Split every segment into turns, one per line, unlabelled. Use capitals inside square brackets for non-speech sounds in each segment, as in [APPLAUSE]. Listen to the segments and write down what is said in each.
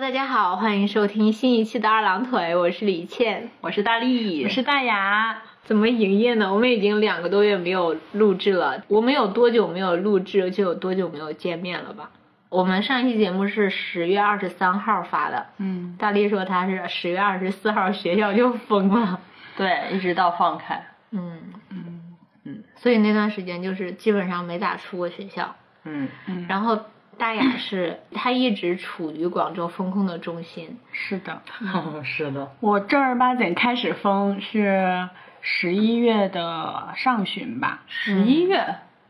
大家好，欢迎收听新一期的二郎腿，我是李倩，
我是大力，
我是大牙。
怎么营业呢？我们已经两个多月没有录制了，我们有多久没有录制，就有多久没有见面了吧？我们上一期节目是十月二十三号发的，
嗯，
大力说他是十月二十四号学校就封了，
对，一直到放开，
嗯
嗯嗯
所以那段时间就是基本上没咋出过学校，
嗯嗯，
然后。大雅是，他一直处于广州风控的中心，
是的，
后 [LAUGHS] 是的，
我正儿八经开始封是十一月的上旬吧，嗯
十一月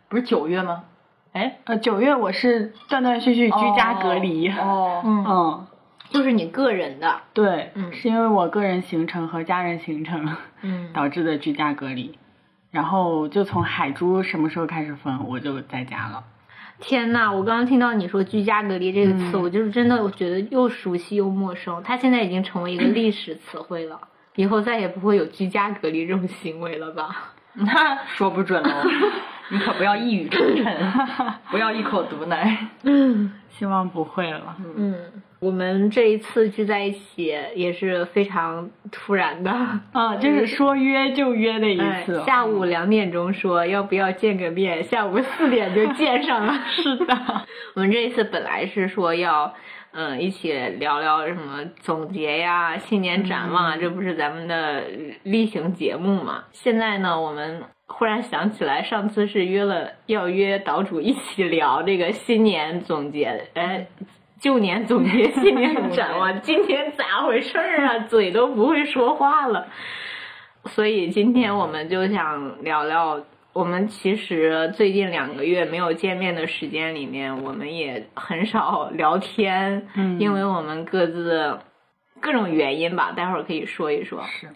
不是九月吗？哎，
呃，九月我是断断续续居家隔离。
哦，
嗯，
[LAUGHS] 嗯，
就是你个人的，
对，
嗯
是因为我个人行程和家人行程
嗯，
导致的居家隔离。然后就从海珠什么时候开始封，我就在家了。
天呐，我刚刚听到你说“居家隔离”这个词，
嗯
我就是真的，我觉得又熟悉又陌生。它现在已经成为一个历史词汇了，以后再也不会有居家隔离这种行为了吧？
[LAUGHS]
那说不准哦，你可不要一语
[LAUGHS]
成谶，不要一口毒奶。
嗯
希望不会了。
嗯， [LAUGHS] 我们这一次聚在一起也是非常突然的。
啊，就是说约就约的哦一
哎
次。嗯
下午两点钟说要不要见个面，下午四点就见上了。
[LAUGHS] 是的，
[LAUGHS] 我们这一次本来是说要，嗯，一起聊聊什么总结呀、新年展望啊，这不是咱们的例行节目嘛？现在呢，我们忽然想起来，上次是约了要约岛主一起聊这个新年总结，哎。旧年总结，新年展望，今天咋回事儿啊？嘴都不会说话了。所以今天我们就想聊聊，我们其实最近两个月没有见面的时间里面，我们也很少聊天，[LAUGHS]
嗯
因为我们各自各种原因吧，待会儿可以说一说。
是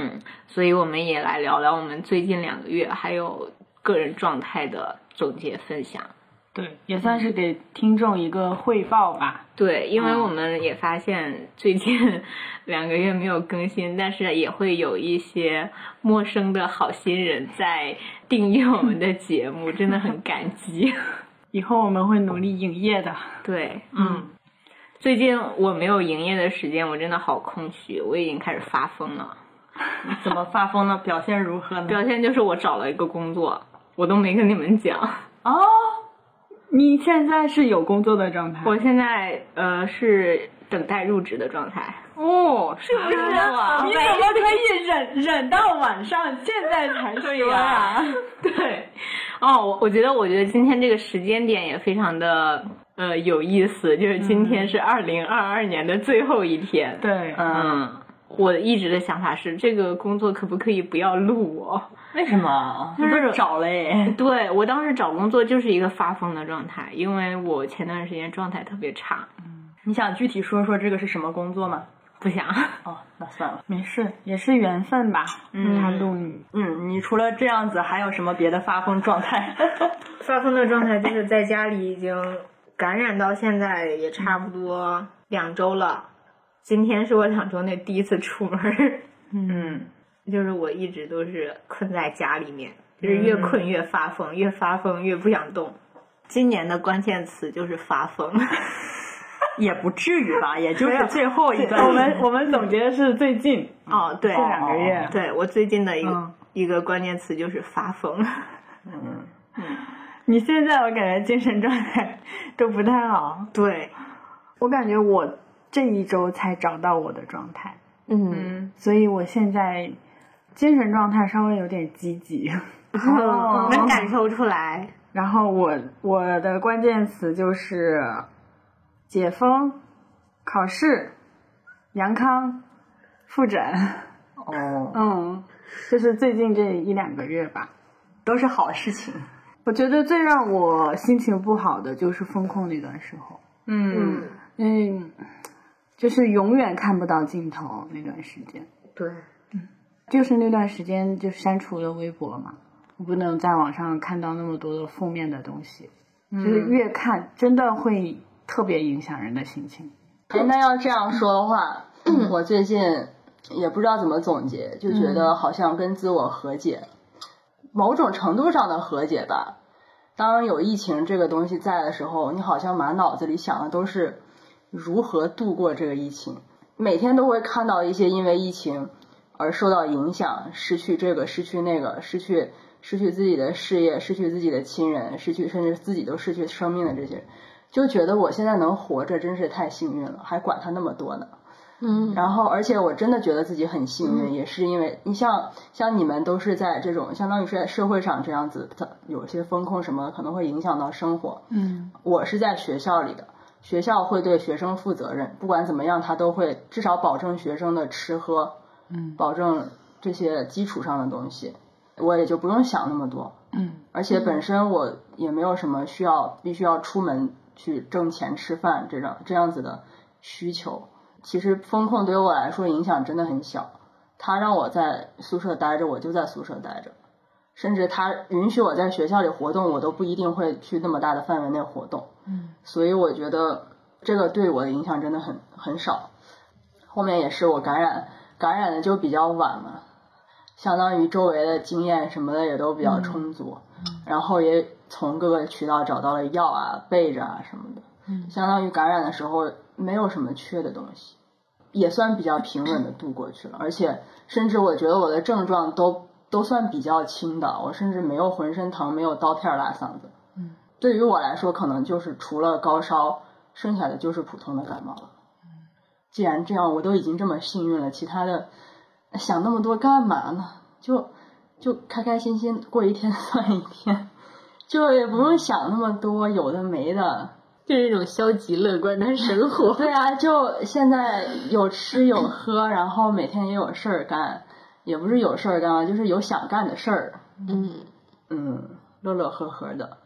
嗯，所以我们也来聊聊我们最近两个月还有个人状态的总结分享。
对，也算是给听众一个汇报吧。
对，因为我们也发现最近 [LAUGHS] 两个月没有更新，但是也会有一些陌生的好心人在订阅我们的节目，真的很感激。 [LAUGHS]
以后我们会努力营业的。
对，，最近我没有营业的时间，我真的好空虚，我已经开始发疯了。
嗯
怎么发疯呢？表现如何呢？
表现就是我找了一个工作，我都没跟你们讲。
哦，你现在是有工作的状态？
我现在呃是等待入职的状态。 [LAUGHS]
哦，是不
是啊
你怎么可以忍忍到晚上，现在才说呀？
对，哦，我我觉得，我觉得今天这个时间点也非常的呃有意思，就是今天是二零二二年的最后一天。
对，
嗯，
嗯，我一直的想法是，这个工作可不可以不要录我？
为什么？
就是
你不找了耶。
对我当时找工作就是一个发疯的状态，因为我前段时间状态特别差，
[LAUGHS] 你想具体说说这个是什么工作吗？
不想。
哦，那算了。
没事，也是缘分吧。嗯他录你，
嗯，你除了这样子，还有什么别的发疯状态？
发疯的状态就是在家里已经感染到现在也差不多两周了，今天是我两周内第一次出门儿。
嗯，
就是我一直都是困在家里面，就是越困越发疯，越发疯越不想动。今年的关键词就是发疯，
也不至于吧， [LAUGHS] 也就
没有
是最后一段。
我们我们总结的是最近
哦，对，
这两个月，
对我最近的一个、
嗯
一个关键词就是发疯。 [LAUGHS]
你现在我感觉精神状态 [LAUGHS] 都不太好。
对，
我感觉我这一周才找到我的状态，
嗯，
嗯，
所以我现在精神状态稍微有点积极。 [LAUGHS]
哦
能感受出来。
然后我我的关键词就是解封、考试、阳康、复诊，
哦，
[LAUGHS] 嗯，就是最近这一两个月吧。
都是好事情。
我觉得最让我心情不好的就是风控那段时候，
嗯，
嗯，就是永远看不到尽头那段时间。嗯
对，
就是那段时间就删除了微博嘛，我不能在网上看到那么多的负面的东西，就是越看真的会特别影响人的心情。
哎，那要这样说的话，我最近也不知道怎么总结，就觉得好像跟自我和解，某种程度上的和解吧。当有疫情这个东西在的时候，你好像满脑子里想的都是如何度过这个疫情。每天都会看到一些因为疫情而受到影响，失去这个，失去那个，失去失去自己的事业，失去自己的亲人，失去甚至自己都失去生命的这些人，就觉得我现在能活着真是太幸运了，还管他那么多呢。
嗯，
然后，而且我真的觉得自己很幸运，也是因为你像像你们都是在这种相当于是在社会上这样子，它有些风控什么可能会影响到生活。
嗯，
我是在学校里的，学校会对学生负责任，不管怎么样，他都会至少保证学生的吃喝，
嗯
保证这些基础上的东西，我也就不用想那么多。
嗯，
而且本身我也没有什么需要必须要出门去挣钱吃饭这种这样子的需求。其实风控对于我来说影响真的很小，它让我在宿舍待着，我就在宿舍待着，甚至它允许我在学校里活动，我都不一定会去那么大的范围内活动。
嗯，
所以我觉得这个对我的影响真的很很少。后面也是我感染感染的就比较晚嘛，相当于周围的经验什么的也都比较充足，然后也从各个渠道找到了药啊、备着啊什么的，
嗯
相当于感染的时候没有什么缺的东西，也算比较平稳的度过去了。而且甚至我觉得我的症状都都算比较轻的，我甚至没有浑身疼，没有刀片拉嗓子。
嗯，
对于我来说，可能就是除了高烧，剩下的就是普通的感冒了。既然这样，我都已经这么幸运了，其他的想那么多干嘛呢？就就开开心心过一天 [LAUGHS] 算一天，就也不用想那么多有的没的。
就是一种消极乐观的生活。
对啊，就现在有吃有喝，然后每天也有事儿干，也不是有事儿干啊，就是有想干的事儿，
嗯，
嗯，乐乐呵呵的。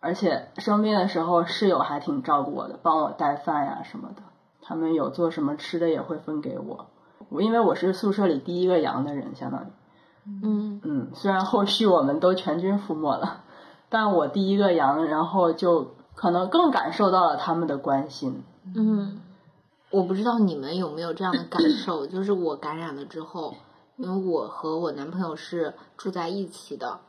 而且生病的时候，室友还挺照顾我的，帮我带饭呀什么的。他们有做什么吃的也会分给我。我因为我是宿舍里第一个阳的人，相当于，
嗯
嗯，虽然后续我们都全军覆没了，但我第一个阳，然后就可能更感受到了他们的关心。
嗯，我不知道你们有没有这样的感 [COUGHS] 受，就是我感染了之后，因为我和我男朋友是住在一起的，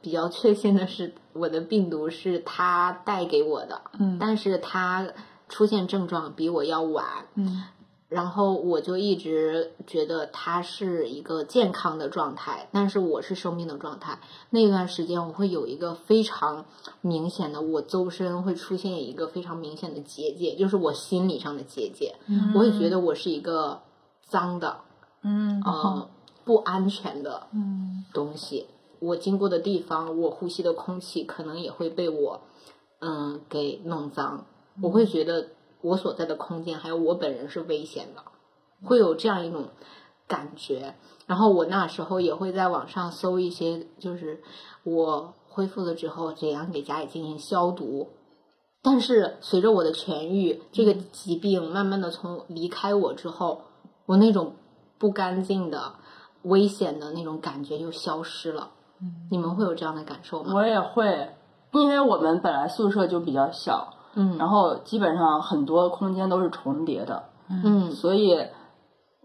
比较确信的是我的病毒是他带给我的，
嗯
但是他出现症状比我要晚，
嗯
然后我就一直觉得他是一个健康的状态，但是我是生病的状态。那段时间我会有一个非常明显的，我周身会出现一个非常明显的结界，就是我心理上的结界。我会觉得我是一个脏的，
嗯
呃，不安全的
嗯
东西。我经过的地方，我呼吸的空气可能也会被我，嗯，给弄脏。我会觉得我所在的空间还有我本人是危险的，会有这样一种感觉。然后我那时候也会在网上搜一些，就是我恢复了之后怎样给家里进行消毒。但是随着我的痊愈，这个疾病慢慢的从离开我之后，我那种不干净的、危险的那种感觉就消失了。你们会有这样的感受吗？
我也会，因为我们本来宿舍就比较小，
嗯
然后基本上很多空间都是重叠的，
嗯
所以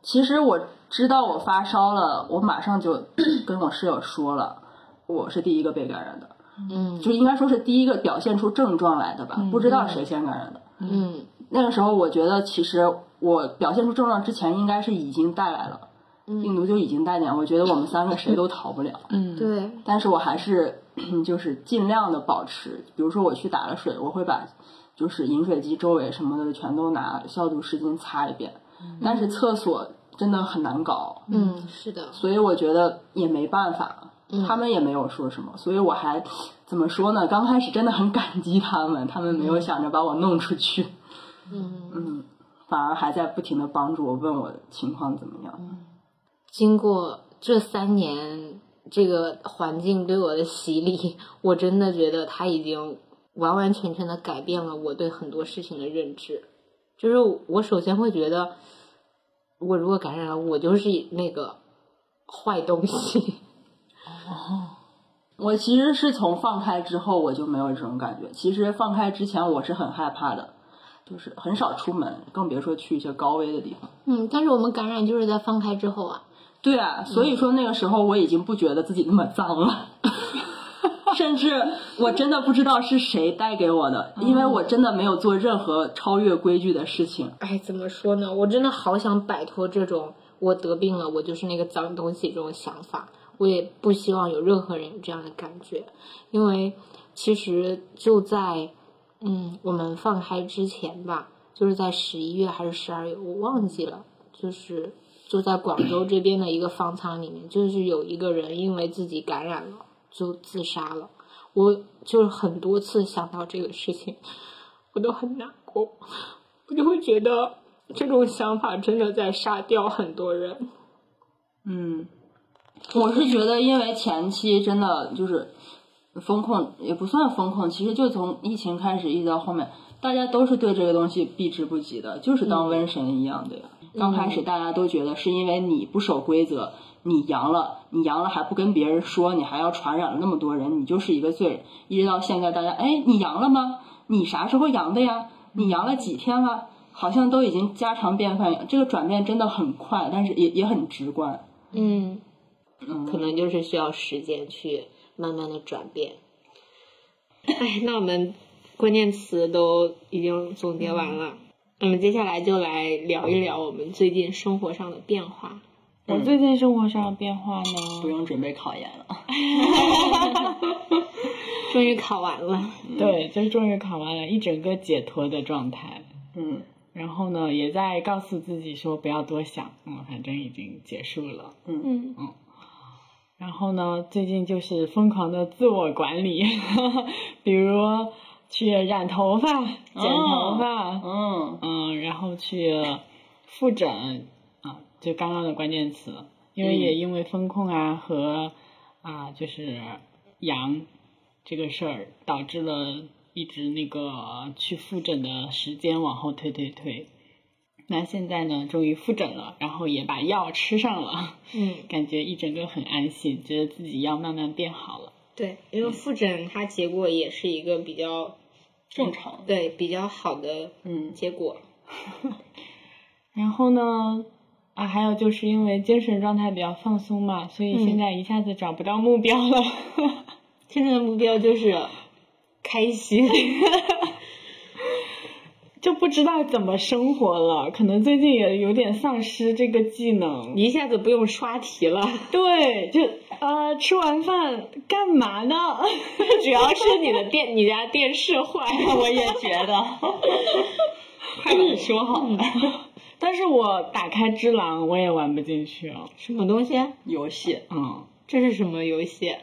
其实我知道我发烧了，我马上就 [COUGHS] 跟我室友说了，我是第一个被感染的，
嗯
就应该说是第一个表现出症状来的吧，不知道谁先感染的。
嗯
那个时候，我觉得其实我表现出症状之前，应该是已经带来了。病毒就已经带点，我觉得我们三个谁都逃不了。
嗯，
对
但是我还是 [CLEARS THROAT] 就是尽量的保持，比如说我去打了水，我会把就是饮水机周围什么的全都拿消毒湿巾擦一遍，但是厕所真的很难搞，
嗯是的
所以我觉得也没办法，他们也没有说什么，所以我还怎么说呢？刚开始真的很感激他们，他们没有想着把我弄出去，
嗯。
嗯，反而还在不停的帮助我，问我情况怎么样。
经过这三年这个环境对我的洗礼， [LAUGHS] 我真的觉得它已经完完全全的改变了我对很多事情的认知。就是我首先会觉得，我如果感染了，我就是那个坏东西。
我其实是从放开之后我就没有这种感觉。其实放开之前我是很害怕的，就是很少出门，更别说去一些高危的地方。
嗯，但是我们感染就是在放开之后啊，
对啊，所以说那个时候我已经不觉得自己那么脏了。 [LAUGHS] 甚至我真的不知道是谁带给我的，因为我真的没有做任何超越规矩的事情。
哎，怎么说呢？我真的好想摆脱这种我得病了，我就是那个脏东西这种想法。我也不希望有任何人有这样的感觉，因为其实就在嗯我们放开之前吧，就是在十一月还是十二月，我忘记了，就是就在广州这边的一个方舱里面，就是有一个人因为自己感染了就自杀了。我就是很多次想到这个事情，我都很难过，我就会觉得这种想法真的在杀掉很多人。
嗯，我是觉得，因为前期真的就是风控也不算风控，其实就从疫情开始一直到后面，大家都是对这个东西避之不及的，就是当瘟神一样的呀。刚开始大家都觉得是因为你不守规则，你阳了，你阳了还不跟别人说，你还要传染了那么多人，你就是一个罪人。一直到现在，大家哎，你阳了吗？你啥时候阳的呀？你阳了几天了？好像都已经家常便饭，这个转变真的很快，但是也也很直观。
嗯，
嗯，
可能就是需要时间去慢慢的转变。哎，那我们关键词都已经总结完了，我们接下来就来聊一聊我们最近生活上的变 [LAUGHS] 化。
我最近生活上的变化呢，
不用准备考研了。
[LAUGHS]
终于考完了，
对，就是终于考完了，一整个解脱的状态。
嗯
然后呢，也在告诉自己说不要多想，嗯，反正已经结束了。
嗯，
然后呢，最近就是疯狂的自我管理， [LAUGHS] 比如去染头发、剪头发，
嗯 [LAUGHS]
嗯，然后去复诊啊，就刚刚的关键词，因为也因为风控啊和啊就是阳这个事儿，导致了一直那个去复诊的时间往后推推推。那现在呢，终于复诊了，然后也把药吃上了， [LAUGHS]
嗯，
感觉一整个很安心，觉得自己要慢慢变好了。
对，因为复诊它结果也是一个比较
正常。
对比较好的
嗯
结果，
然后呢，啊，还有就是因为精神状态比较放松嘛，所以现在一下子找不到目标了。 [LAUGHS]
现在的目标就是开 [LAUGHS] 心。
就不知道怎么生活了，可能最近也有点丧失这个技能。
一下子不用刷题 [LAUGHS] 了，
对，就呃，吃完饭干嘛呢？ [LAUGHS]
主要是你的电，你家电视坏
[LAUGHS]
了。
我也觉得，
[LAUGHS]
快点说好
嗯
了。
[LAUGHS] 但是我打开只狼，我也玩不进去啊。
什么东西？
游戏
嗯，
这是什么游戏？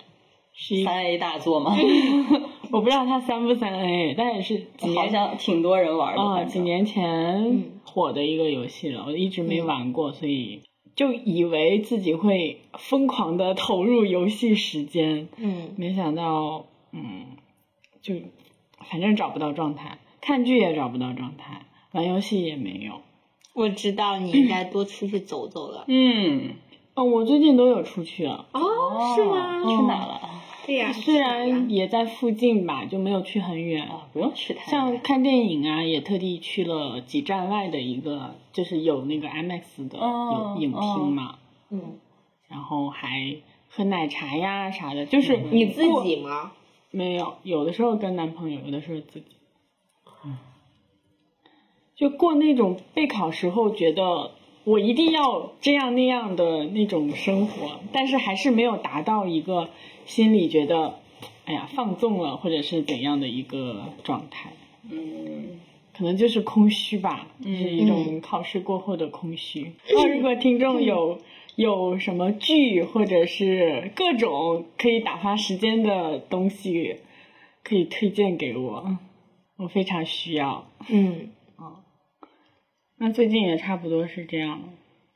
是
嗯
一，
三 A 大作嘛，
[LAUGHS] 我不知道它三不三 A，但也是几
[LAUGHS] 好
年
像挺多人玩的。
哦
嗯
啊、
反正
几年前火的一个游戏了，我一直
嗯
没玩过，所以就以为自己会疯狂的投入游戏时间，
嗯，
没想到，嗯，就反正找不到状态，看剧也找不到状态，玩游戏也没有。
我知道你应该多出去走走了。
嗯
哦，我最近都有出去啊，
哦，是吗？
去哪了？
对呀、
虽然也在附近吧，就没有去很远。
啊，不用去太
像
远。
看电影啊，也特地去了几站外的一个，就是有那个 IMAX 的
哦
有影厅嘛，
嗯，
然后还喝奶茶呀啥的，就是
你自己吗？
没有，有的时候跟男朋友，有的时候自己。就过那种备考时候觉得我一定要这样那样的那种生活，但是还是没有达到一个心里觉得，哎呀放纵了或者是怎样的一个状态，
嗯，
可能就是空虚吧，就是一种考试过后的空虚。那、如果听众有有什么剧或者是各种可以打发时间的东西，可以推荐给我，我非常需要。
嗯
那最近也差不多是这样，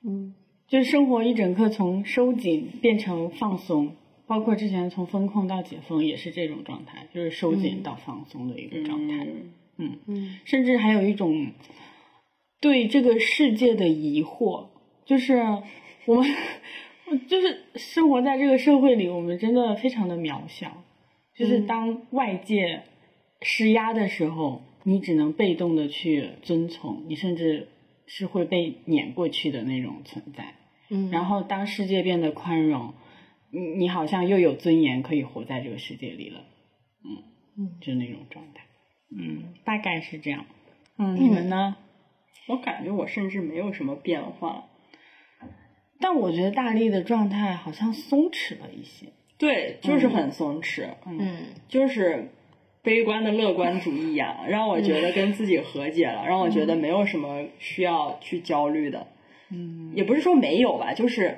嗯
就是生活一整个从收紧变成放松，包括之前从风控到解封也是这种状态，就是收紧到放松的一个状态。
嗯
嗯
甚至还有一种对这个世界的疑惑，就是我们就是生活在这个社会里，我们真的非常的渺小。就是
嗯
当外界施压的时候，你只能被动的去遵从，你甚至是会被碾过去的那种存在。
嗯，
然后当世界变得宽容，
你你好像又有尊严可以活在这个世界里了，嗯，就是那种状态，嗯，大概是这样。
嗯
你们呢？
我感觉我甚至没有什么变化。
但我觉得大力的状态好像松弛了一些，
对，就是很松弛，
嗯，
就是悲观的乐观主义呀、让我觉得跟自己和解
嗯
了，让我觉得没有什么需要去焦虑的。嗯，也不是说没有吧，就是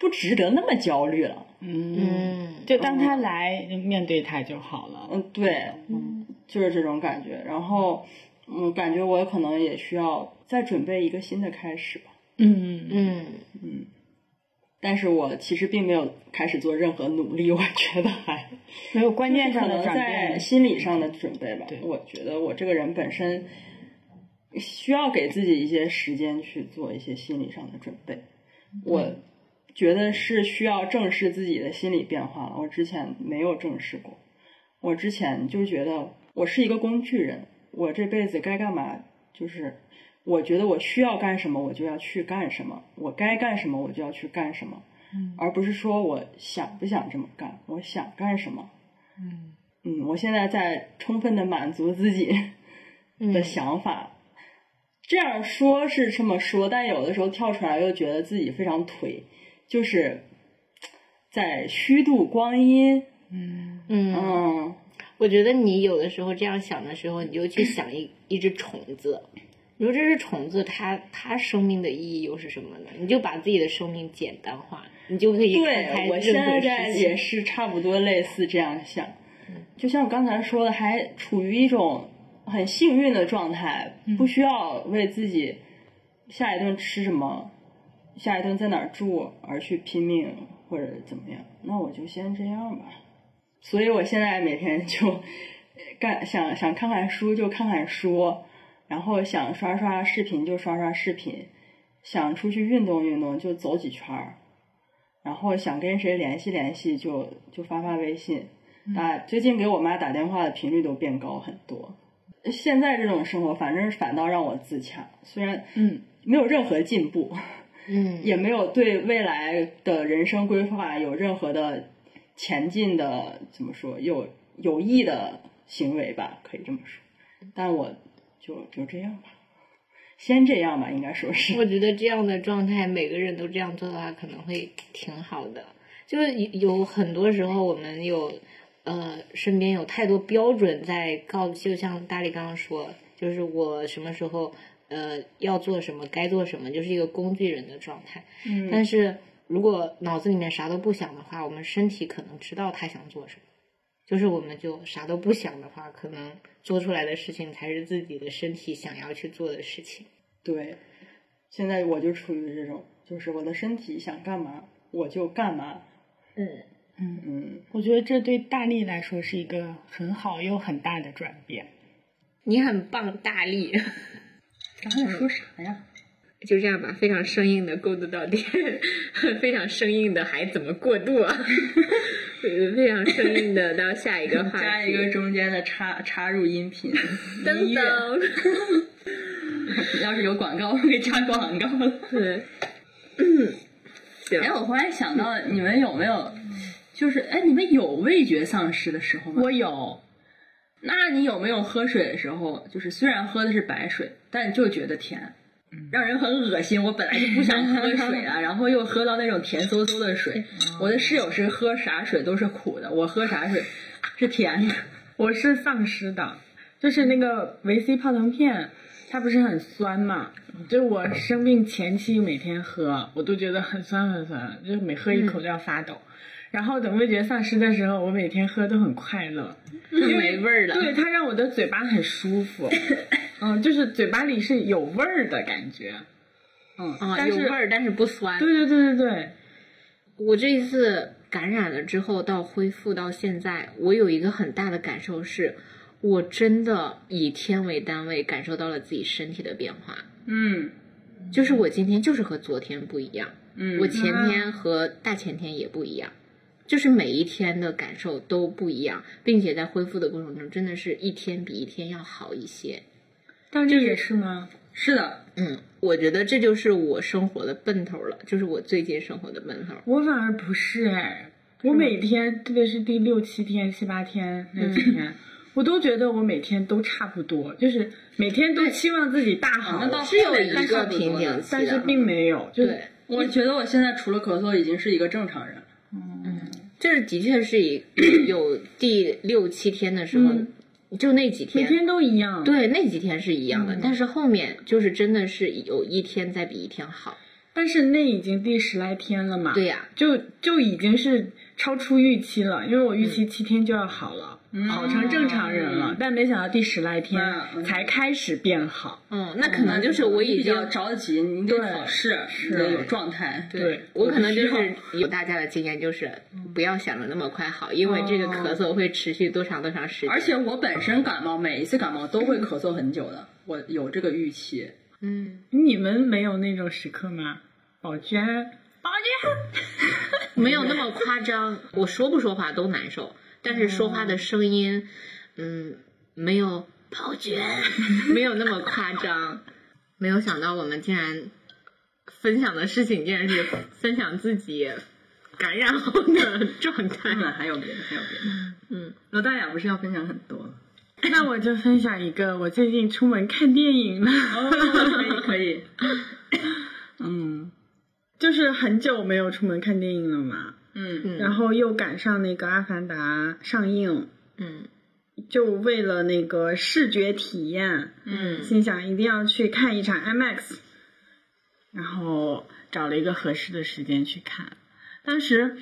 不值得那么焦虑了。
嗯，
就当他来面对他就好了。
嗯，对，嗯，就是这种感觉。然后，嗯，感觉我可能也需要再准备一个新的开始吧。
嗯，
嗯，
但是我其实并没有开始做任何努力，我觉得还
没有观念
可
上的
能
转
在
变。
心理上的准备吧
对。
我觉得我这个人本身需要给自己一些时间去做一些心理上的准备。
嗯
我觉得是需要正视自己的心理变化了。我之前没有正视过，我之前就觉得我是一个工具人，我这辈子该干嘛就是。我觉得我需要干什么，我就要去干什么；我该干什么，我就要去干什么，
嗯
而不是说我想不想这么干，我想干什么，嗯，我现在在充分的满足自己
嗯
的想法。这样说是这么说，但有的时候跳出来又觉得自己非常颓，就是在虚度光阴。
嗯，
嗯，
我觉得你有的时候这样想的时候，你就去想一一只虫子，你说这只虫子它它生命的意义又是什么呢？你就把自己的生命简单化，你就可以看开
对我现
任何
在
事
也
情。
是差不多类似这样想，就像我刚才说的，还处于一种很幸运的状态，不需要为自己下一顿吃什么、下一顿在哪儿住而去拼命或者怎么样。那我就先这样吧。所以我现在每天就干想想看看书就看看书，然后想刷刷视频就刷刷视频，想出去运动运动就走几圈儿。然后想跟谁联系联系就就发发微信，打最近给我妈打电话的频率都变高很多。现在这种生活，反正反倒让我自洽，虽然
嗯
没有任何进步，
嗯
也没有对未来的人生规划有任何的前进的怎么说有有益的行为吧，可以这么说。但我就就这样吧，先这样吧，应该说是。
我觉得这样的状态，每个人都这样做的话，可能会挺好的。就是有有很多时候，我们有呃身边有太多标准在告，就像大力刚刚说，就是我什么时候呃要做什么，该做什么，就是一个工具人的状态。嗯，但是如果脑子里面啥都不想的话，我们身体可能知道他想做什么。就是我们就啥都不想的话，可能做出来的事情才是自己的身体想要去做的事情。
对，现在我就处于这种，就是我的身体想干嘛我就干嘛。
嗯
嗯，
我觉得这对大力来说是一个很好又很大的转变。
你很棒，大力。 [LAUGHS]
刚才说
嗯
啥呀？
就这样吧，非常生硬的过渡到第， [LAUGHS] 非常生硬的还怎么过渡啊？ [LAUGHS] 呃非常生硬的到下一个话题。
加一个中间的插插入音频，
噔
音乐，
[LAUGHS] 噔，
要是有广告会加广告了。
对，
哎，我忽然想到，你们有没有，就是哎，你们有味觉丧失的时候吗？
我有，
那你有没有喝水的时候，就是虽然喝的是白水，但就觉得甜，
嗯
让人很恶心。我本来就不想喝水啊， [LAUGHS] 然后又喝到那种甜嗖嗖的
嗯
水。我的室友是喝啥水都是苦的，我喝啥水是甜的。
[LAUGHS] 我是丧失的，就是那个维 C 泡腾片，它不是很酸嘛？就
嗯
我生病前期每天喝，我都觉得很酸很酸，就是每喝一口
嗯
都要发抖。然后等味觉丧失的时候，我每天喝都很快乐，
就没味儿了。
对它让我的嘴巴很舒服，
[LAUGHS]
嗯，就是嘴巴里是有味儿的感觉，嗯，
啊，
但
有
是
味儿，但是不酸
对。对对对对，
我这一次感染了之后到恢复到现在，我有一个很大的感受是，我真的以天为单位感受到了自己身体的变化。
嗯
就是我今天就是和昨天不一样，
嗯
我前天和大前天也不一样，就是每一天的感受都不一样，并且在恢复的过程中，真的是一天比一天要好一些。
大力也是吗？
是的，
嗯，我觉得这就是我生活的奔头了，就是我最近生活的奔头。
我反而不是哎，我每天，特别是第六七天、七八天那几天，我都觉得我每天都差不多，就是每天都期望自己大好，
那到
是有
后面
一
才
个
差不多
瓶
的
颈期
但是
的，嗯
并没有，就
对，
我觉得我现在除了咳嗽，已经是一个正常人了。
这的确是一 [COUGHS] 有第六七天的时候，就那几
每
天，
天都一样。
对，那几天是一样的，但是后面就是真的是有一天再比一天好。
但是那已经第十来天了嘛，
对呀、
就就已经是超出预期了，因为我预期七天就要好了，好成正常人了，但没想到第十来天
嗯嗯
才开始变好。
嗯，那可能就是我
你
已
比
经
较着急，你得
对
考试，你得有状态。
对
我可能就
需
是嗯有大家的经验，就是不要想的那么快好，因为这个咳嗽会持续多长多长时间。
而且我本身感冒，每一次感冒都会咳嗽很久的，我有这个预期。
嗯，
你们没有那种时刻吗？宝娟，
没有那么夸张，我说不说话都难受，但是说话的声音，嗯，没有跑卷， [LAUGHS] 没有那么夸张。没有想到我们竟然分享的事情竟然是分享自己感染后的状态。
嗯，还有别的，还有别的。
嗯，
罗大雅不是要分享很多吗？
那我就分享一个，我最近出门看电影了。
哦可以可以，
[LAUGHS] 嗯，就是很久没有出门看电影了嘛，
嗯
嗯
然后又赶上那个《阿凡达》上映，
嗯
就为了那个视觉体验，
嗯
心想一定要去看一场 IMAX，然后找了一个合适的时间去看。当时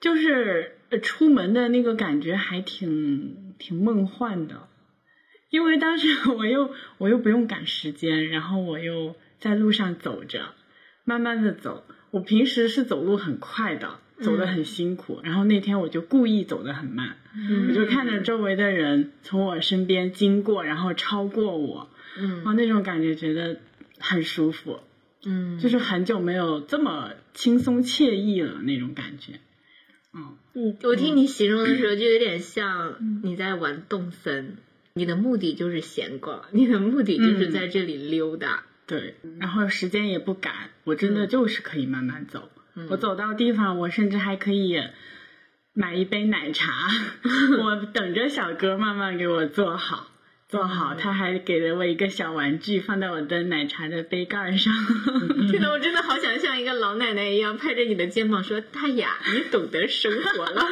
就是呃出门的那个感觉还挺挺梦幻的，因为当时 [LAUGHS] 我又我又不用赶时间，然后我又在路上走着，慢慢的走。我平时是走路很快的，走得很辛苦，然后那天我就故意走得很慢。我
嗯
就看着周围的人从我身边经过，然后超过我，
嗯
哇，那种感觉觉得很舒服，
嗯，
就是很久没有这么轻松惬意了那种感觉。
我听你形容的时候，就有点像你在玩动森，你的目的就是闲逛，你的目的就是在这里溜达。
对，然后时间也不赶，我真的就是可以慢慢走。我走到地方，我甚至还可以买一杯奶茶，我等着小哥慢慢给我做好。做好，他还给了我一个小玩具，放在我的奶茶的杯盖上。
真的，我真的好想像一个老奶奶一样，拍着你的肩膀说：“大雅，你懂得生活了。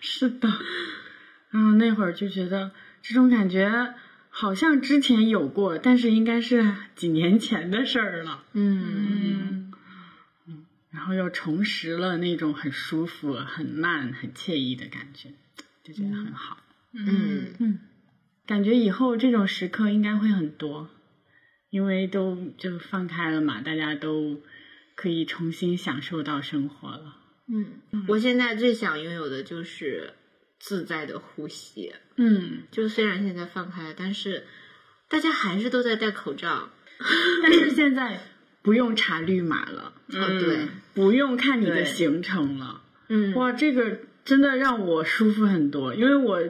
是的，然后那会儿就觉得这种感觉好像之前有过，但是应该是几年前的事儿了。”
[LAUGHS] 嗯，
嗯，然后又重拾了那种很舒服、很慢、很惬意的感觉，就觉得很好。
嗯
嗯，感觉以后这种时刻应该会很多，因为都就放开了嘛，大家都可以重新享受到生活了。
嗯，我现在最想拥有的就是自在的呼吸。
嗯，
就虽然现在放开了，但是大家还是都在戴口罩。
但是现在不用查绿码了。啊
哦，对，
不用看你的
嗯对
行程了。
嗯，
哇，这个真的让我舒服很多，因为我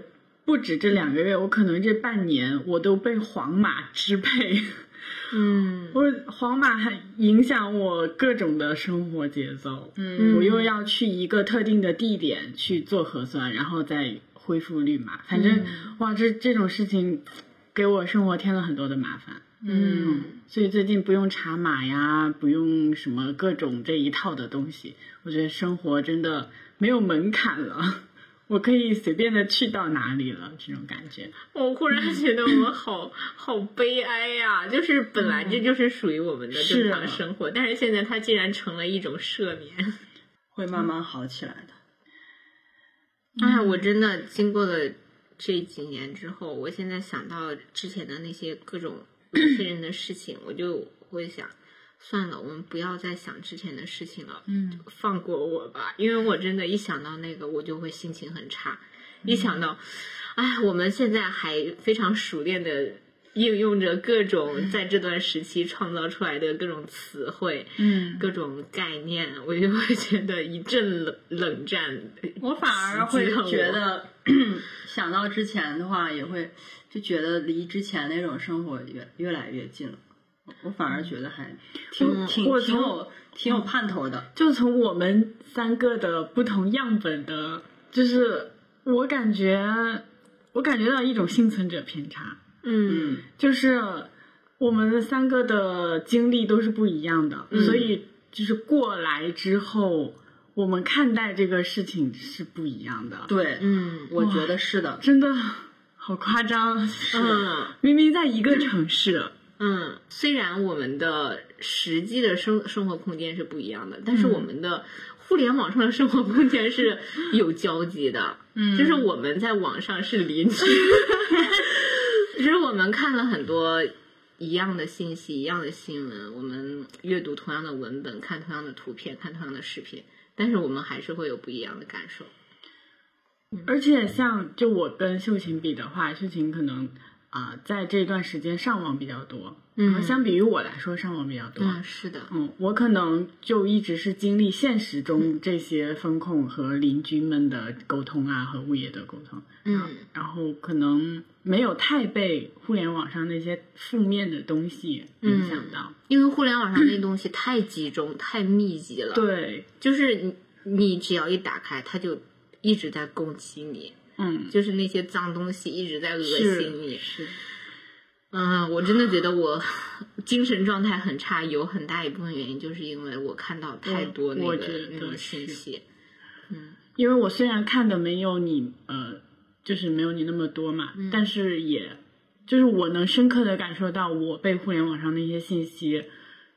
不止这两个月，我可能这半年我都被黄马支配。
嗯，
我黄马还影响我各种的生活节奏。
嗯
我又要去一个特定的地点去做核酸，然后再恢复绿码。反正、
嗯
哇，这这种事情给我生活添了很多的麻烦。
嗯，
所以最近不用查码呀，不用什么各种这一套的东西，我觉得生活真的没有门槛了，我可以随便的去到哪里了，这种感觉。
我忽然觉得我们好好悲哀呀、就是本来这就是属于我们的正
嗯是啊
常生活，但是现在它竟然成了一种赦免。
会慢慢好起来的。
哎，我真的经过了这几年之后，我现在想到之前的那些各种 [CLEARS THROAT] 恶心人的事情，我就会想，算了，我们不要再想之前的事情了，嗯，放过我吧，因为我真的，一想到那个，我就会心情很差，一想到，哎，我们现在还非常熟练的。应用着各种在这段时期创造出来的各种词汇，
嗯，
各种概念，我就会觉得一阵冷冷战，嗯
我反而会觉得 [CLEARS THROAT] 想到之前的话，也会就觉得离之前那种生活越越来越近了。我我反而觉得还挺、
嗯
挺
我
挺
从
有挺有盼头的。
就从我们三个的不同样本的，就是我感觉，我感觉到一种幸存者偏差，
嗯
嗯，
就是我们的三个的经历都是不一样的，
嗯
所以就是过来之后，我们看待这个事情是不一样的。
对，
嗯
我觉得是的。
真的好夸张，啊
嗯
明明在一个城市，
嗯，虽然我们的实际的生生活空间是不一样的，但是我们的互联网上的生活空间是有交集 [LAUGHS] 的。
嗯
就是我们在网上是邻 [LAUGHS] 居，只是我们看了很多一样的信息、一样的新闻，我们阅读同样的文本、看同样的图片、看同样的视频，但是我们还是会有不一样的感受。嗯
而且像就我跟秀琴比的话，秀琴可能啊、在这段时间上网比较多，
嗯
然后相比于我来说上网比较多。
嗯，是的，
嗯，我可能就一直是经历现实中这些风控和邻居们的沟通啊，和物业的沟通，
嗯
然后可能没有太被互联网上那些负面的东西影响到。
因为互联网上那东西太集中、太密集了。
对，
就是你你只要一打开，它就一直在攻击你，
嗯，
就是那些脏东西一直在恶心
是
你。
是，
嗯，我真的觉得我 [LAUGHS] 精神状态很差，有很大一部分原因就是因为我看到太
嗯
多那
我
个
觉得
那种信
是
息。
因为我虽然看的没有你呃，就是没有你那么多嘛，但是也就是我能深刻的感受到我被互联网上的一些信息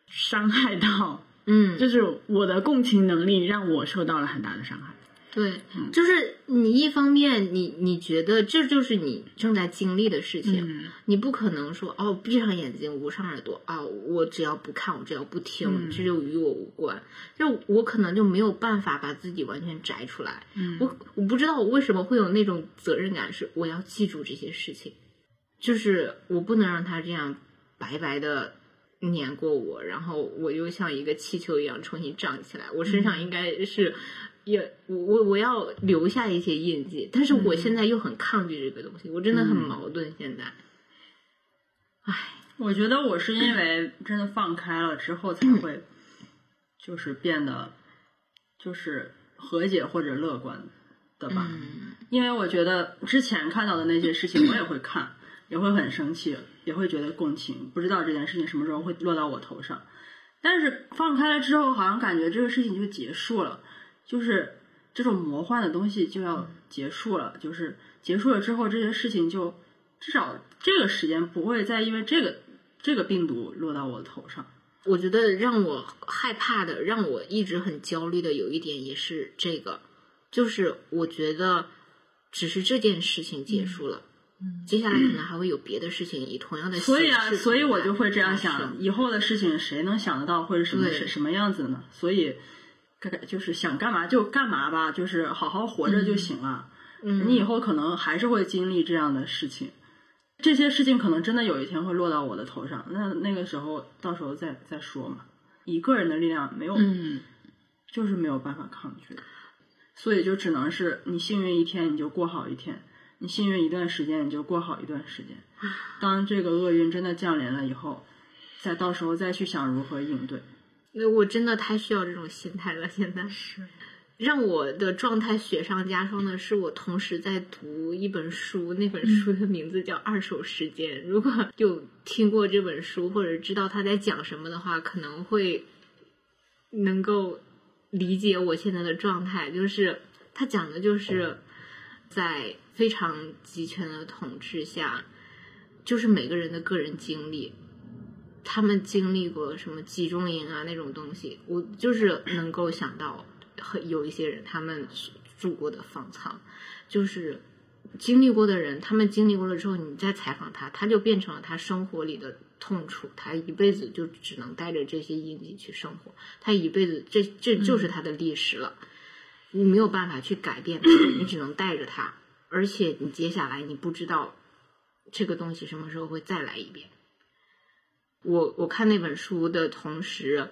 伤害到，
嗯，
就是我的共情能力让我受到了很大的伤害。
对，
嗯
就是你一方面你你觉得这就是你正在经历的事情，
嗯
你不可能说哦，闭上眼睛，捂上耳朵啊、我只要不看，我只要不听，
嗯
这就与我无关。就我可能就没有办法把自己完全摘出来。
嗯
我我不知道我为什么会有那种责任感，是我要记住这些事情，就是我不能让它这样白白的碾过我，然后我又像一个气球一样重新胀起来。我身
嗯
上应该是也我我我要留下一些印记，但是我现在又很抗拒这个东西，我真的很
嗯
矛盾。现在，
我觉得我是因为真的放开了之后才会，就是变得就是和解或者乐观的吧。
嗯
因为我觉得之前看到的那些事情，我也会看，也会很生气，也会觉得共情，不知道这件事情什么时候会落到我头上。但是放开了之后，好像感觉这个事情就结束了，就是这种魔幻的东西就要结束了，就是结束了之后，这些事情就至少这个时间不会再因为这个这个病毒落到我的头上。
我觉得让我害怕的，让我一直很焦虑的有一点也是这个，就是我觉得只是这件事情结束了，接下来可能还会有别的事情以同样的
嗯所以啊，
形式
所以我
来嗯
就会这样
发生
想，以后的事情谁能想得到会是什么
对
是什么样子呢？所以，干就是想干嘛就干嘛吧，就是好好活着就行了。
嗯
你以后可能还是会经历这样的事情，这些事情可能真的有一天会落到我的头上，那那个时候到时候再再说嘛。一个人的力量没有，
嗯，
就是没有办法抗拒的，所以就只能是你幸运一天你就过好一天，你幸运一段时间你就过好一段
[LAUGHS]
时间。当这个厄运真的降临了以后，再到时候再去想如何应对。
那我真的太需要这种心态了。现在是让我的状态雪上加霜的是，我同时在读一本书，那本书的名字叫《二手时间》。如果有听过这本书或者知道他在讲什么的话，可能会能够理解我现在的状态。就是他讲的就是在非常集权的统治下，就是每个人的个人经历。他们经历过什么集中营啊那种东西，我就是能够想到很有一些人他们住过的方舱，就是经历过的人，他们经历过了之后，你再采访他，他就变成了他生活里的痛楚，他一辈子就只能带着这些印记去生活，他一辈子这这就是他的历史了，你没有办法去改变它，你只能带着它，而且你接下来你不知道这个东西什么时候会再来一遍。我我看那本书的同时，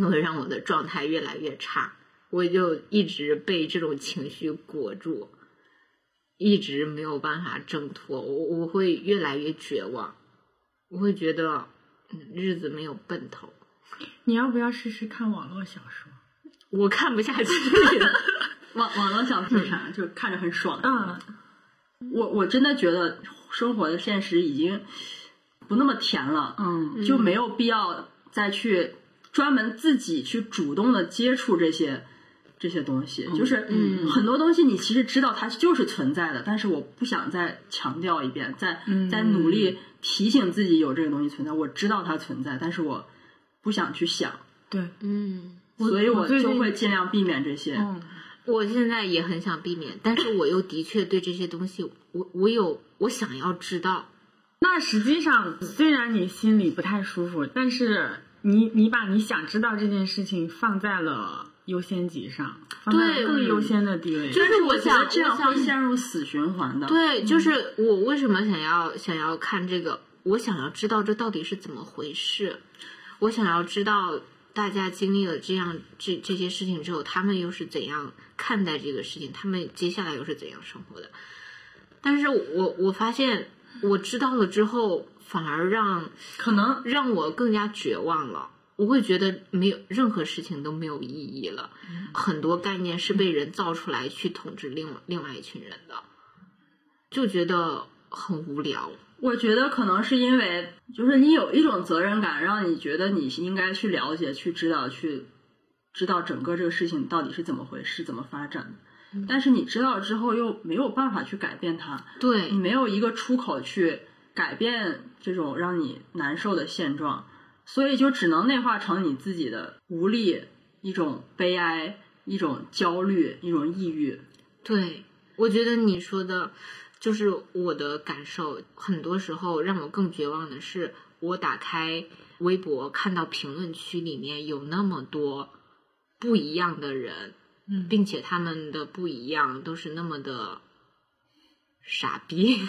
那会让我的状态越来越差，我就一直被这种情绪裹住。一直没有办法挣脱，我我会越来越绝望，我会觉得嗯日子没有奔头，
你要不要试试看网络小说？
我看不下去。 [LAUGHS]
网网络小说啥，就看着很爽。
嗯，
我我真的觉得生活的现实已经不那么甜了，
嗯，
就没有必要再去专门自己去主动的接触这些这些东西。就是
嗯
很多东西你其实知道它就是存在的，但是我不想再强调一遍，再
嗯
再努力提醒自己有这个东西存在。我知道它存在，但是我不想去想，
对，
嗯，
所以
我
我
最
就
近
会尽量避免这些。
嗯，
我现在也很想避免，但是我又的确对这些东西，我我有我想要知道，
那实际上虽然你心里不太舒服，但是你你把你想知道这件事情放在了优先级上，放在
对
了更优先的地位。
就
但
是
是
我
我觉
想
得这样
我想
会陷入死循环的。
对，就是我为什么想要想要看这个，我想要知道这到底是怎么回事，我想要知道大家经历了这样这这些事情之后，他们又是怎样看待这个事情，他们接下来又是怎样生活的。但是我我发现我知道了之后，反而让
可能
让我更加绝望了。我会觉得没有任何事情都没有意义了，很多概念是被人造出来去统治另外另外一群人的，就觉得很无聊。
我觉得可能是因为，就是你有一种责任感，让你觉得你应该去了解、去知道、去知道整个这个事情到底是怎么回事、怎么发展的。但是你知道之后又没有办法去改变它，
对
你，没有一个出口去改变这种让你难受的现状，所以就只能内化成你自己的无力、一种悲哀、一种焦虑、一种抑郁。
对，我觉得你说的，就是我的感受。很多时候让我更绝望的是，我打开微博，看到评论区里面有那么多不一样的人，
嗯
并且他们的不一样都是那么的傻逼， [LAUGHS]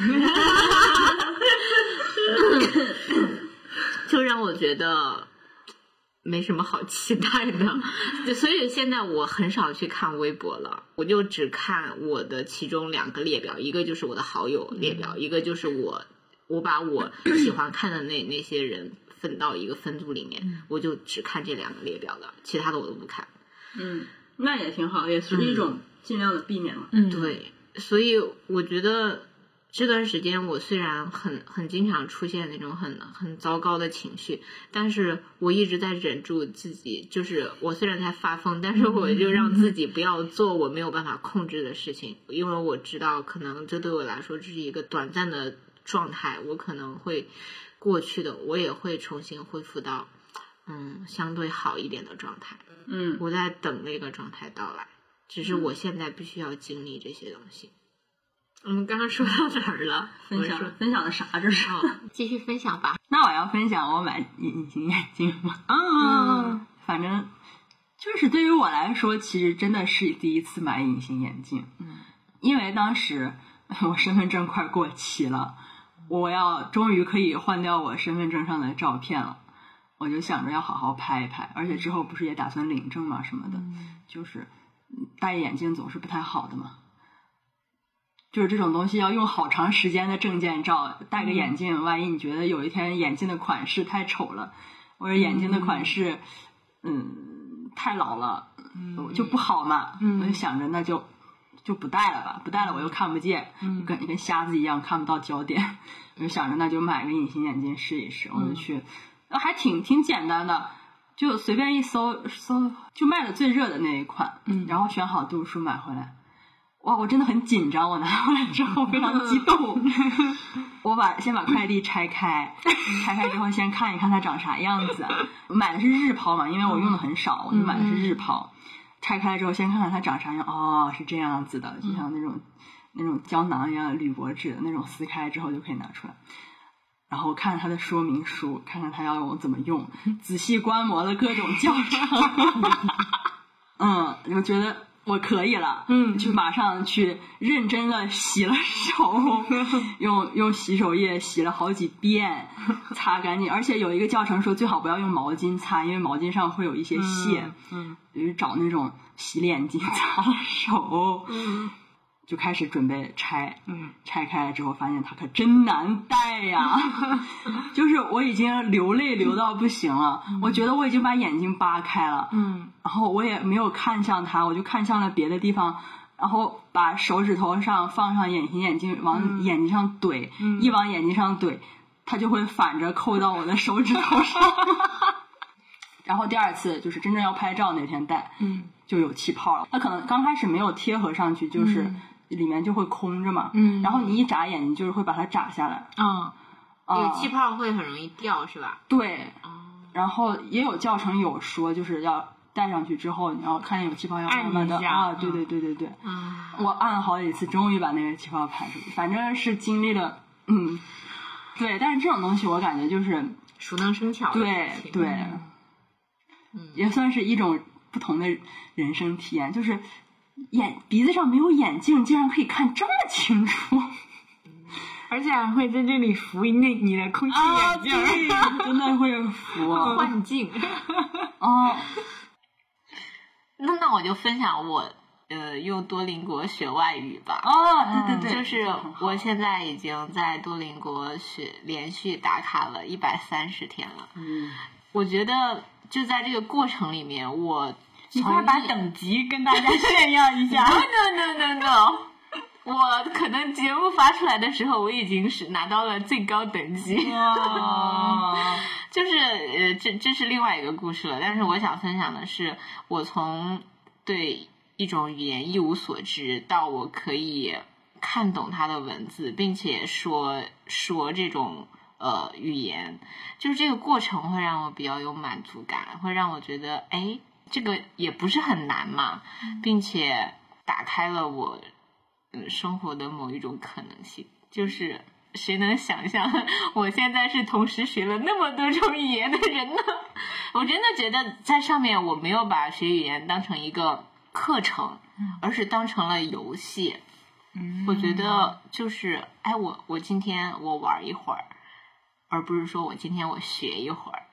就让我觉得没什么好期待的。就所以现在我很少去看微博了，我就只看我的其中两个列表，一个就是我的好友列表，一个就是我我把我喜欢看的那那些人分到一个分组里面，我就只看这两个列表了，其他的我都不看。
嗯，那也挺好，也是一种尽量的避免嘛。
嗯，，
对，所以我觉得这段时间我虽然很很经常出现那种很很糟糕的情绪，但是我一直在忍住自己，就是我虽然在发疯，但是我就让自己不要做我没有办法控制的事情，因为我知道可能这对我来说这是一个短暂的状态，我可能会过去的，我也会重新恢复到嗯相对好一点的状态。
嗯，
我在等那个状态到来，只是我现在必须要经历这些东西。我们刚刚说到哪儿了？
分
我
享
说
分享的啥？这是？
哦， [LAUGHS] 继续分享吧。
那我要分享我买隐形眼镜吗？
嗯，
反正就是对于我来说，其实真的是第一次买隐形眼镜。嗯，因为当时 [LAUGHS] 我身份证快过期了，我要终于可以换掉我身份证上的照片了。我就想着要好好拍一拍，而且之后不是也打算领证嘛什么的，就是嗯戴眼镜总是不太好的嘛。就是这种东西要用好长时间的证件照，戴个眼镜，万一你觉得有一天眼镜的款式太丑了，或者眼镜的款式，嗯，太老了，就不好嘛。
嗯
我就想着那就就不戴了吧，不戴了我又看不见，
嗯
跟跟瞎子一样看不到焦点。我就想着那就买个隐形眼镜试一试，我就去，呃还挺挺简单的。就随便一搜搜，就卖的最热的那一款，
嗯
然后选好度数买回来，哇，我真的很紧张，我拿 [LAUGHS] 回来之后非常激动。我把先把快递拆开，拆开之后先看一看它长啥样子。我买的是日抛嘛，因为我用的很少，我就买的是日抛。拆开之后先看看它长啥样，哦，是这样子的，就像那种那种胶囊一样的铝箔纸的那种，撕开之后就可以拿出来。然后看它的说明书，看看它要我怎么用，仔细观摩了各种教程。嗯，我觉得我可以了，
嗯
就马上去认真的洗
[LAUGHS]
了手，用用洗手液洗了好几
[LAUGHS]
遍，擦干净。而且有一个教程说最好不要用毛巾擦，因为毛巾上会有一些
嗯
屑，
嗯
就是找那种洗脸巾擦了手。
嗯
就开始准备拆，
嗯
拆开了之后发现它可真难戴呀，
[LAUGHS]
就是我已经流泪流到不行了，我觉得我已经把眼睛扒开了，
嗯
然后我也没有看向它，我就看向了别的地方，然后把手指头上放上隐形眼镜，往眼睛上怼，一往眼睛上怼，它就会反着扣到我的手指头上。 [LAUGHS] 然后第二次就是真正要拍照那天戴，
嗯
就有气泡了。它可能刚开始没有贴合上去，就是里面就会空着嘛。
嗯
然后你一眨眼，你就是会把它眨下来。
啊
啊、
有气泡会很容易掉，是吧？
对，
哦，
然后也有教程有说，就是要戴上去之后，你要看见有气泡要
按
慢慢的
一下
啊，
嗯
对对对对对，
啊，
我按了好几次，终于把那个气泡排出去。反正是经历了，嗯，对，但是这种东西我感觉就是
熟能生巧的
对
事情。
对，
嗯
也算是一种不同的人生体验，就是眼鼻子上没有眼镜，竟然可以看这么
[LAUGHS]
清楚。
而且还会在这里扶那你的空气眼镜儿， [LAUGHS]
对真的会服啊！
幻境。 [LAUGHS]
哦
那那我就分享我呃用多邻国学外语吧。
哦，对对对，
嗯就是我现在已经在多邻国学连续打卡了一百三十天了。
嗯
我觉得就在这个过程里面，我
你快
从。
把嗯等级跟大家炫耀一下
no no no no，我可能节目发出来的时候，我已经是拿到了最高等
[LAUGHS]
级。
[LAUGHS] 哇，
就是呃，这这是另外一个故事了。但是我想分享的是，我从对一种语言一无所知，到我可以看懂它的文字，并且说说这种呃语言，就是这个过程会让我比较有满足感，会让我觉得哎，这个也不是很难嘛，并且打开了我嗯生活的某一种可能性，就是。谁能想象 [LAUGHS] 我现在是同时学了那么多种语言的人呢？我真的觉得在上面我没有把学语言当成一个课程，而是当成了游戏。
嗯
我觉得就是，哎，我我今天我玩一会儿，而不是说我今天我学一会儿，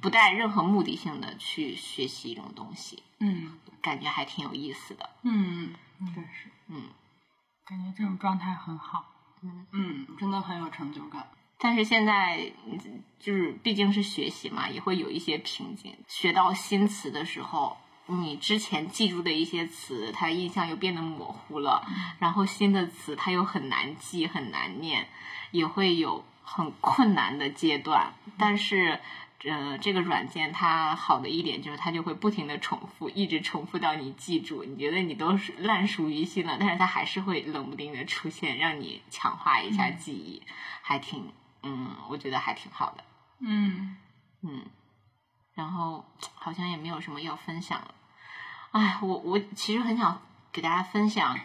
不带任何目的性的去学习一种东西，
嗯
感觉还挺有意思的。
嗯，
嗯，
感觉这种状态很好。
嗯，真的很有成就感。
但是现在嗯就是毕竟是学习嘛，也会有一些瓶颈。学到新词的时候，你之前记住的一些词，它的印象又变得模糊了，然后新的词它又很难记、很难念，也会有很困难的阶段。但是，呃，这个软件它好的一点就是它就会不停的重复，一直重复到你记住，你觉得你都是烂熟于心了，但是它还是会冷不丁的出现，让你强化一下记忆，还挺，嗯，我觉得还挺好的，
嗯，
嗯。然后好像也没有什么要分享了，哎，我我其实很想给大家分享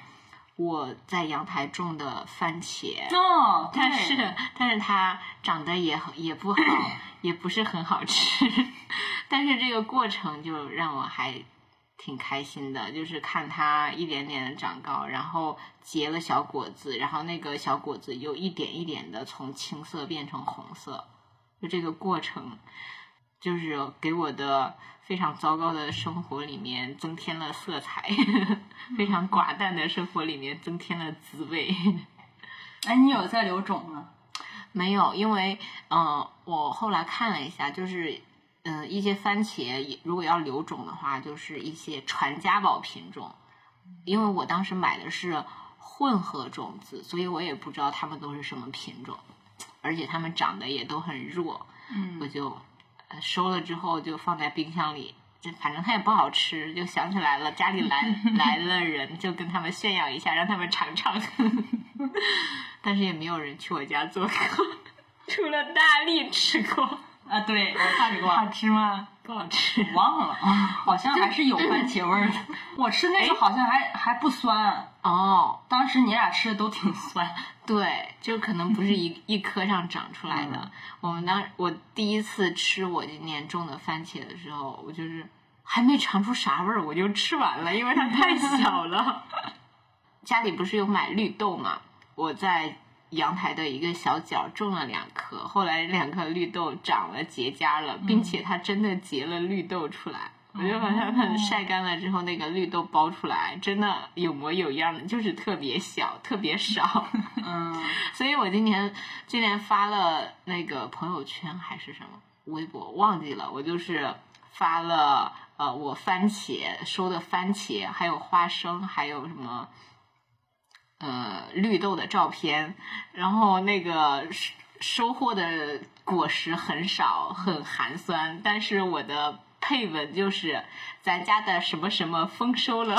我在阳台种的番茄。
哦，对
但是但是它长得也很也不好，也不是很好吃。 [LAUGHS] 但是这个过程就让我还挺开心的，就是看它一点点的长高，然后结了小果子，然后那个小果子又一点一点的从青色变成红色，就这个过程。就是给我的非常糟糕的生活里面增添了色彩， [LAUGHS] 非常寡淡的生活里面增添了滋味。
哎，你有在留种吗？
没有，因为嗯、呃我后来看了一下，就是嗯、呃一些番茄也如果要留种的话，就是一些传家宝品种。因为我当时买的是混合种子，所以我也不知道它们都是什么品种，而且它们长得也都很弱，我
嗯，
就呃收了之后就放在冰箱里。这反正它也不好吃，就想起来了，家里来来了人，就跟他们炫耀一下，让他们尝尝。但是也没有人去我家做客， [LAUGHS] 除了大力吃过，
啊，对，我看着过，
好吃吗？
不好吃。
忘了，好像还是有番茄味儿的。 [LAUGHS] 我吃那个好像还还不酸，啊
哦，
当时你俩吃的都挺酸。
对，就可能不是一一棵上长出来的。我们当我第一次吃我今年种的番茄的时候，我就是还没尝出啥味儿，我就吃完了，因为它太小了。 [LAUGHS] 家里不是有买绿豆嘛，我在阳台的一个小角种了两颗，后来两颗绿豆长了结痂了，并且它真的结了绿豆出来。我就把它们晒干了之后，那个绿豆包出来，真的有模有样的，就是特别小，特别少。
嗯，
所以我今年今年发了那个朋友圈还是什么微博忘记了，我就是发了呃我番茄收的番茄，还有花生，还有什么呃绿豆的照片，然后那个收收获的果实很少，很寒酸，但是我的。配文就是咱家的什么什么丰收
[LAUGHS]
了，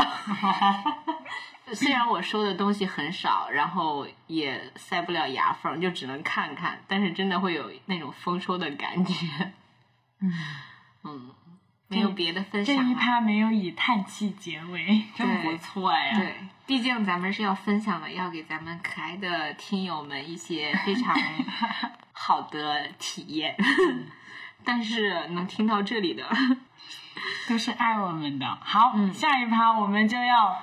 虽然我收的东西很少，然后也塞不了牙缝，就只能看看，但是真的会有那种丰收的感觉。嗯没有别的分
这
享
一
了。
趴没有以叹气结尾，真
对
不错呀。
对，毕竟咱们是要分享的，要给咱们可爱的听友们一些非 [LAUGHS] 常好的体验。嗯但是能听到这里的，
都是爱我们的。好，
嗯
下一趴我们就要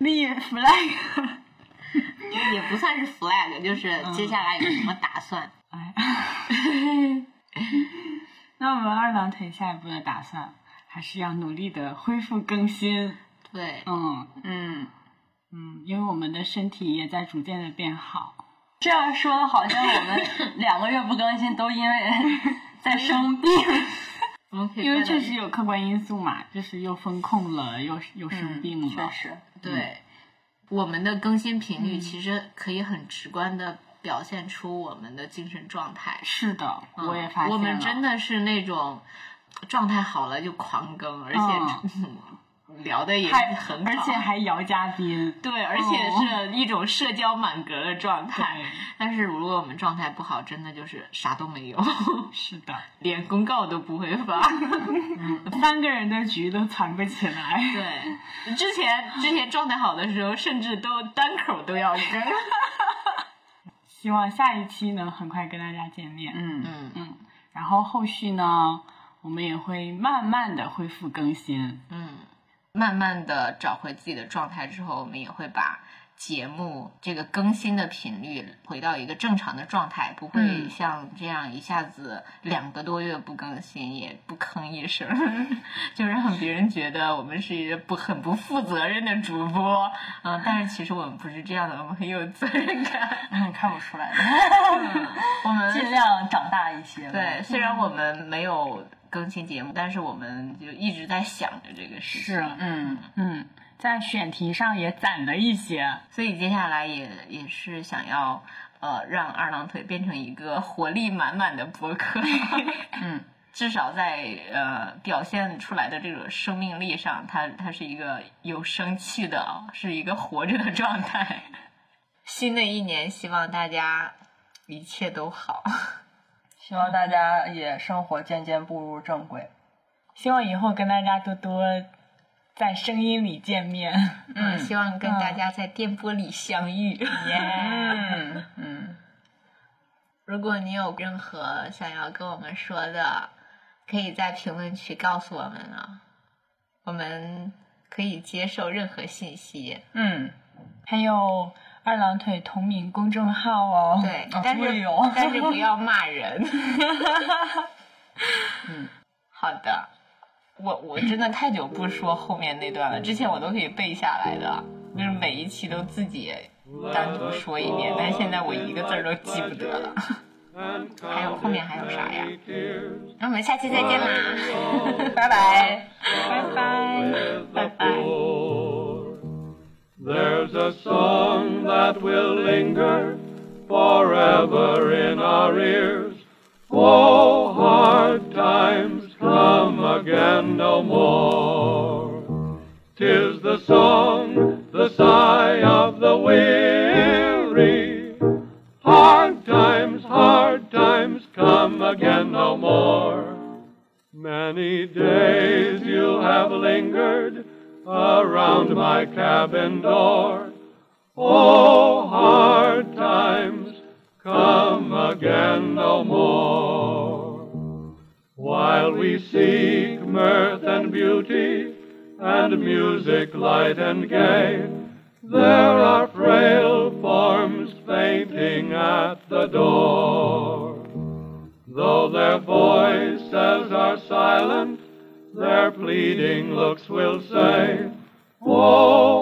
立 flag。
[LAUGHS]
[LAUGHS]
也不算是 flag，就是接下来有什么打算？
哎，那我们二郎腿下一步的打算，还是要努力的恢复更新。
对，
嗯
嗯，
嗯，因为我们的身体也在逐渐的变好。这样说的好像我们两个月不更新都因为在生病，
我们可以
[LAUGHS] 因为
带
确
来
实有客观因素嘛，就是又封控了，又又生病了。嗯确实，
对，我们的更新频率其实可以很直观的表现出我们的精神状态。
是的，
嗯
我也发现了。
我们真的是那种状态好了就狂更，而且、 [LAUGHS] 聊的也
还
很好，
而且还摇嘉宾。
对，而且是一种社交满格的状态。但是如果我们状态不好，真的就是啥都没有，
[LAUGHS] 是的，
[LAUGHS] 连公告都不会
[LAUGHS]
发。
三个人的局都攒不起来。
对，之前之前状态好的时候，甚至都单口都要更。
希望下一期能很快跟大家见面。嗯
嗯
嗯，然后后续呢，我们也会慢慢的恢复更新。
嗯，慢慢的找回自己的状态之后，我们也会把节目这个更新的频率回到一个正常的状态，不会
嗯
像这样一下子两个多月不更新，也不吭一声， [LAUGHS] 就是让别人觉得我们是一个不很不负责任的主播。嗯、但是其实我们不是这样的，我们很有责任感。
[LAUGHS]
嗯
嗯，看不出
[LAUGHS]
来，
我们
尽量长大一些。
对，，虽然我们没有更新节目，但是我们就一直在想着这个事情。
是，嗯嗯，在选题上也攒了一些。
所以接下来也也是想要呃让二郎腿变成一个活力满满的博 [LAUGHS] 客，嗯，至少在呃表现出来的这种生命力上，它它是一个有生气的啊，是一个活着的状态。新的一年，希望大家一切都好。
希望大家也生活渐渐步入正轨。
希望以后跟大家多多在声音里见面。 [LAUGHS]
嗯，希望跟大家在电波里相遇。 [LAUGHS]
嗯嗯，
如果你有任何想要跟我们说的，可以在评论区告诉我们啊，我们可以接受任何信息。
嗯，
还有二郎腿同名公众号哦。
对，
哦
但是、
对哦
[LAUGHS] 但是不要骂
[LAUGHS]
人。
嗯，
好的。我我真的太久不说后面那段了，之前我都可以背下来的，就是每一期都自己单独说一遍，但是现在我一个字儿都记不得了。还有后面还有啥呀？那我们下期再见啦， [LAUGHS] 拜拜。
拜拜。
Bye There's a song that will linger forever in our ears. Oh, hard times come again no more. Tis the song, the sigh of the weary. Hard times, hard times come again no more. Many days you have lingered around my cabin door. Oh, hard times come again no more. While we seek mirth and beauty and music light and gay, there are frail forms fainting at the door. Though their voices are silent, their pleading looks will say, Woe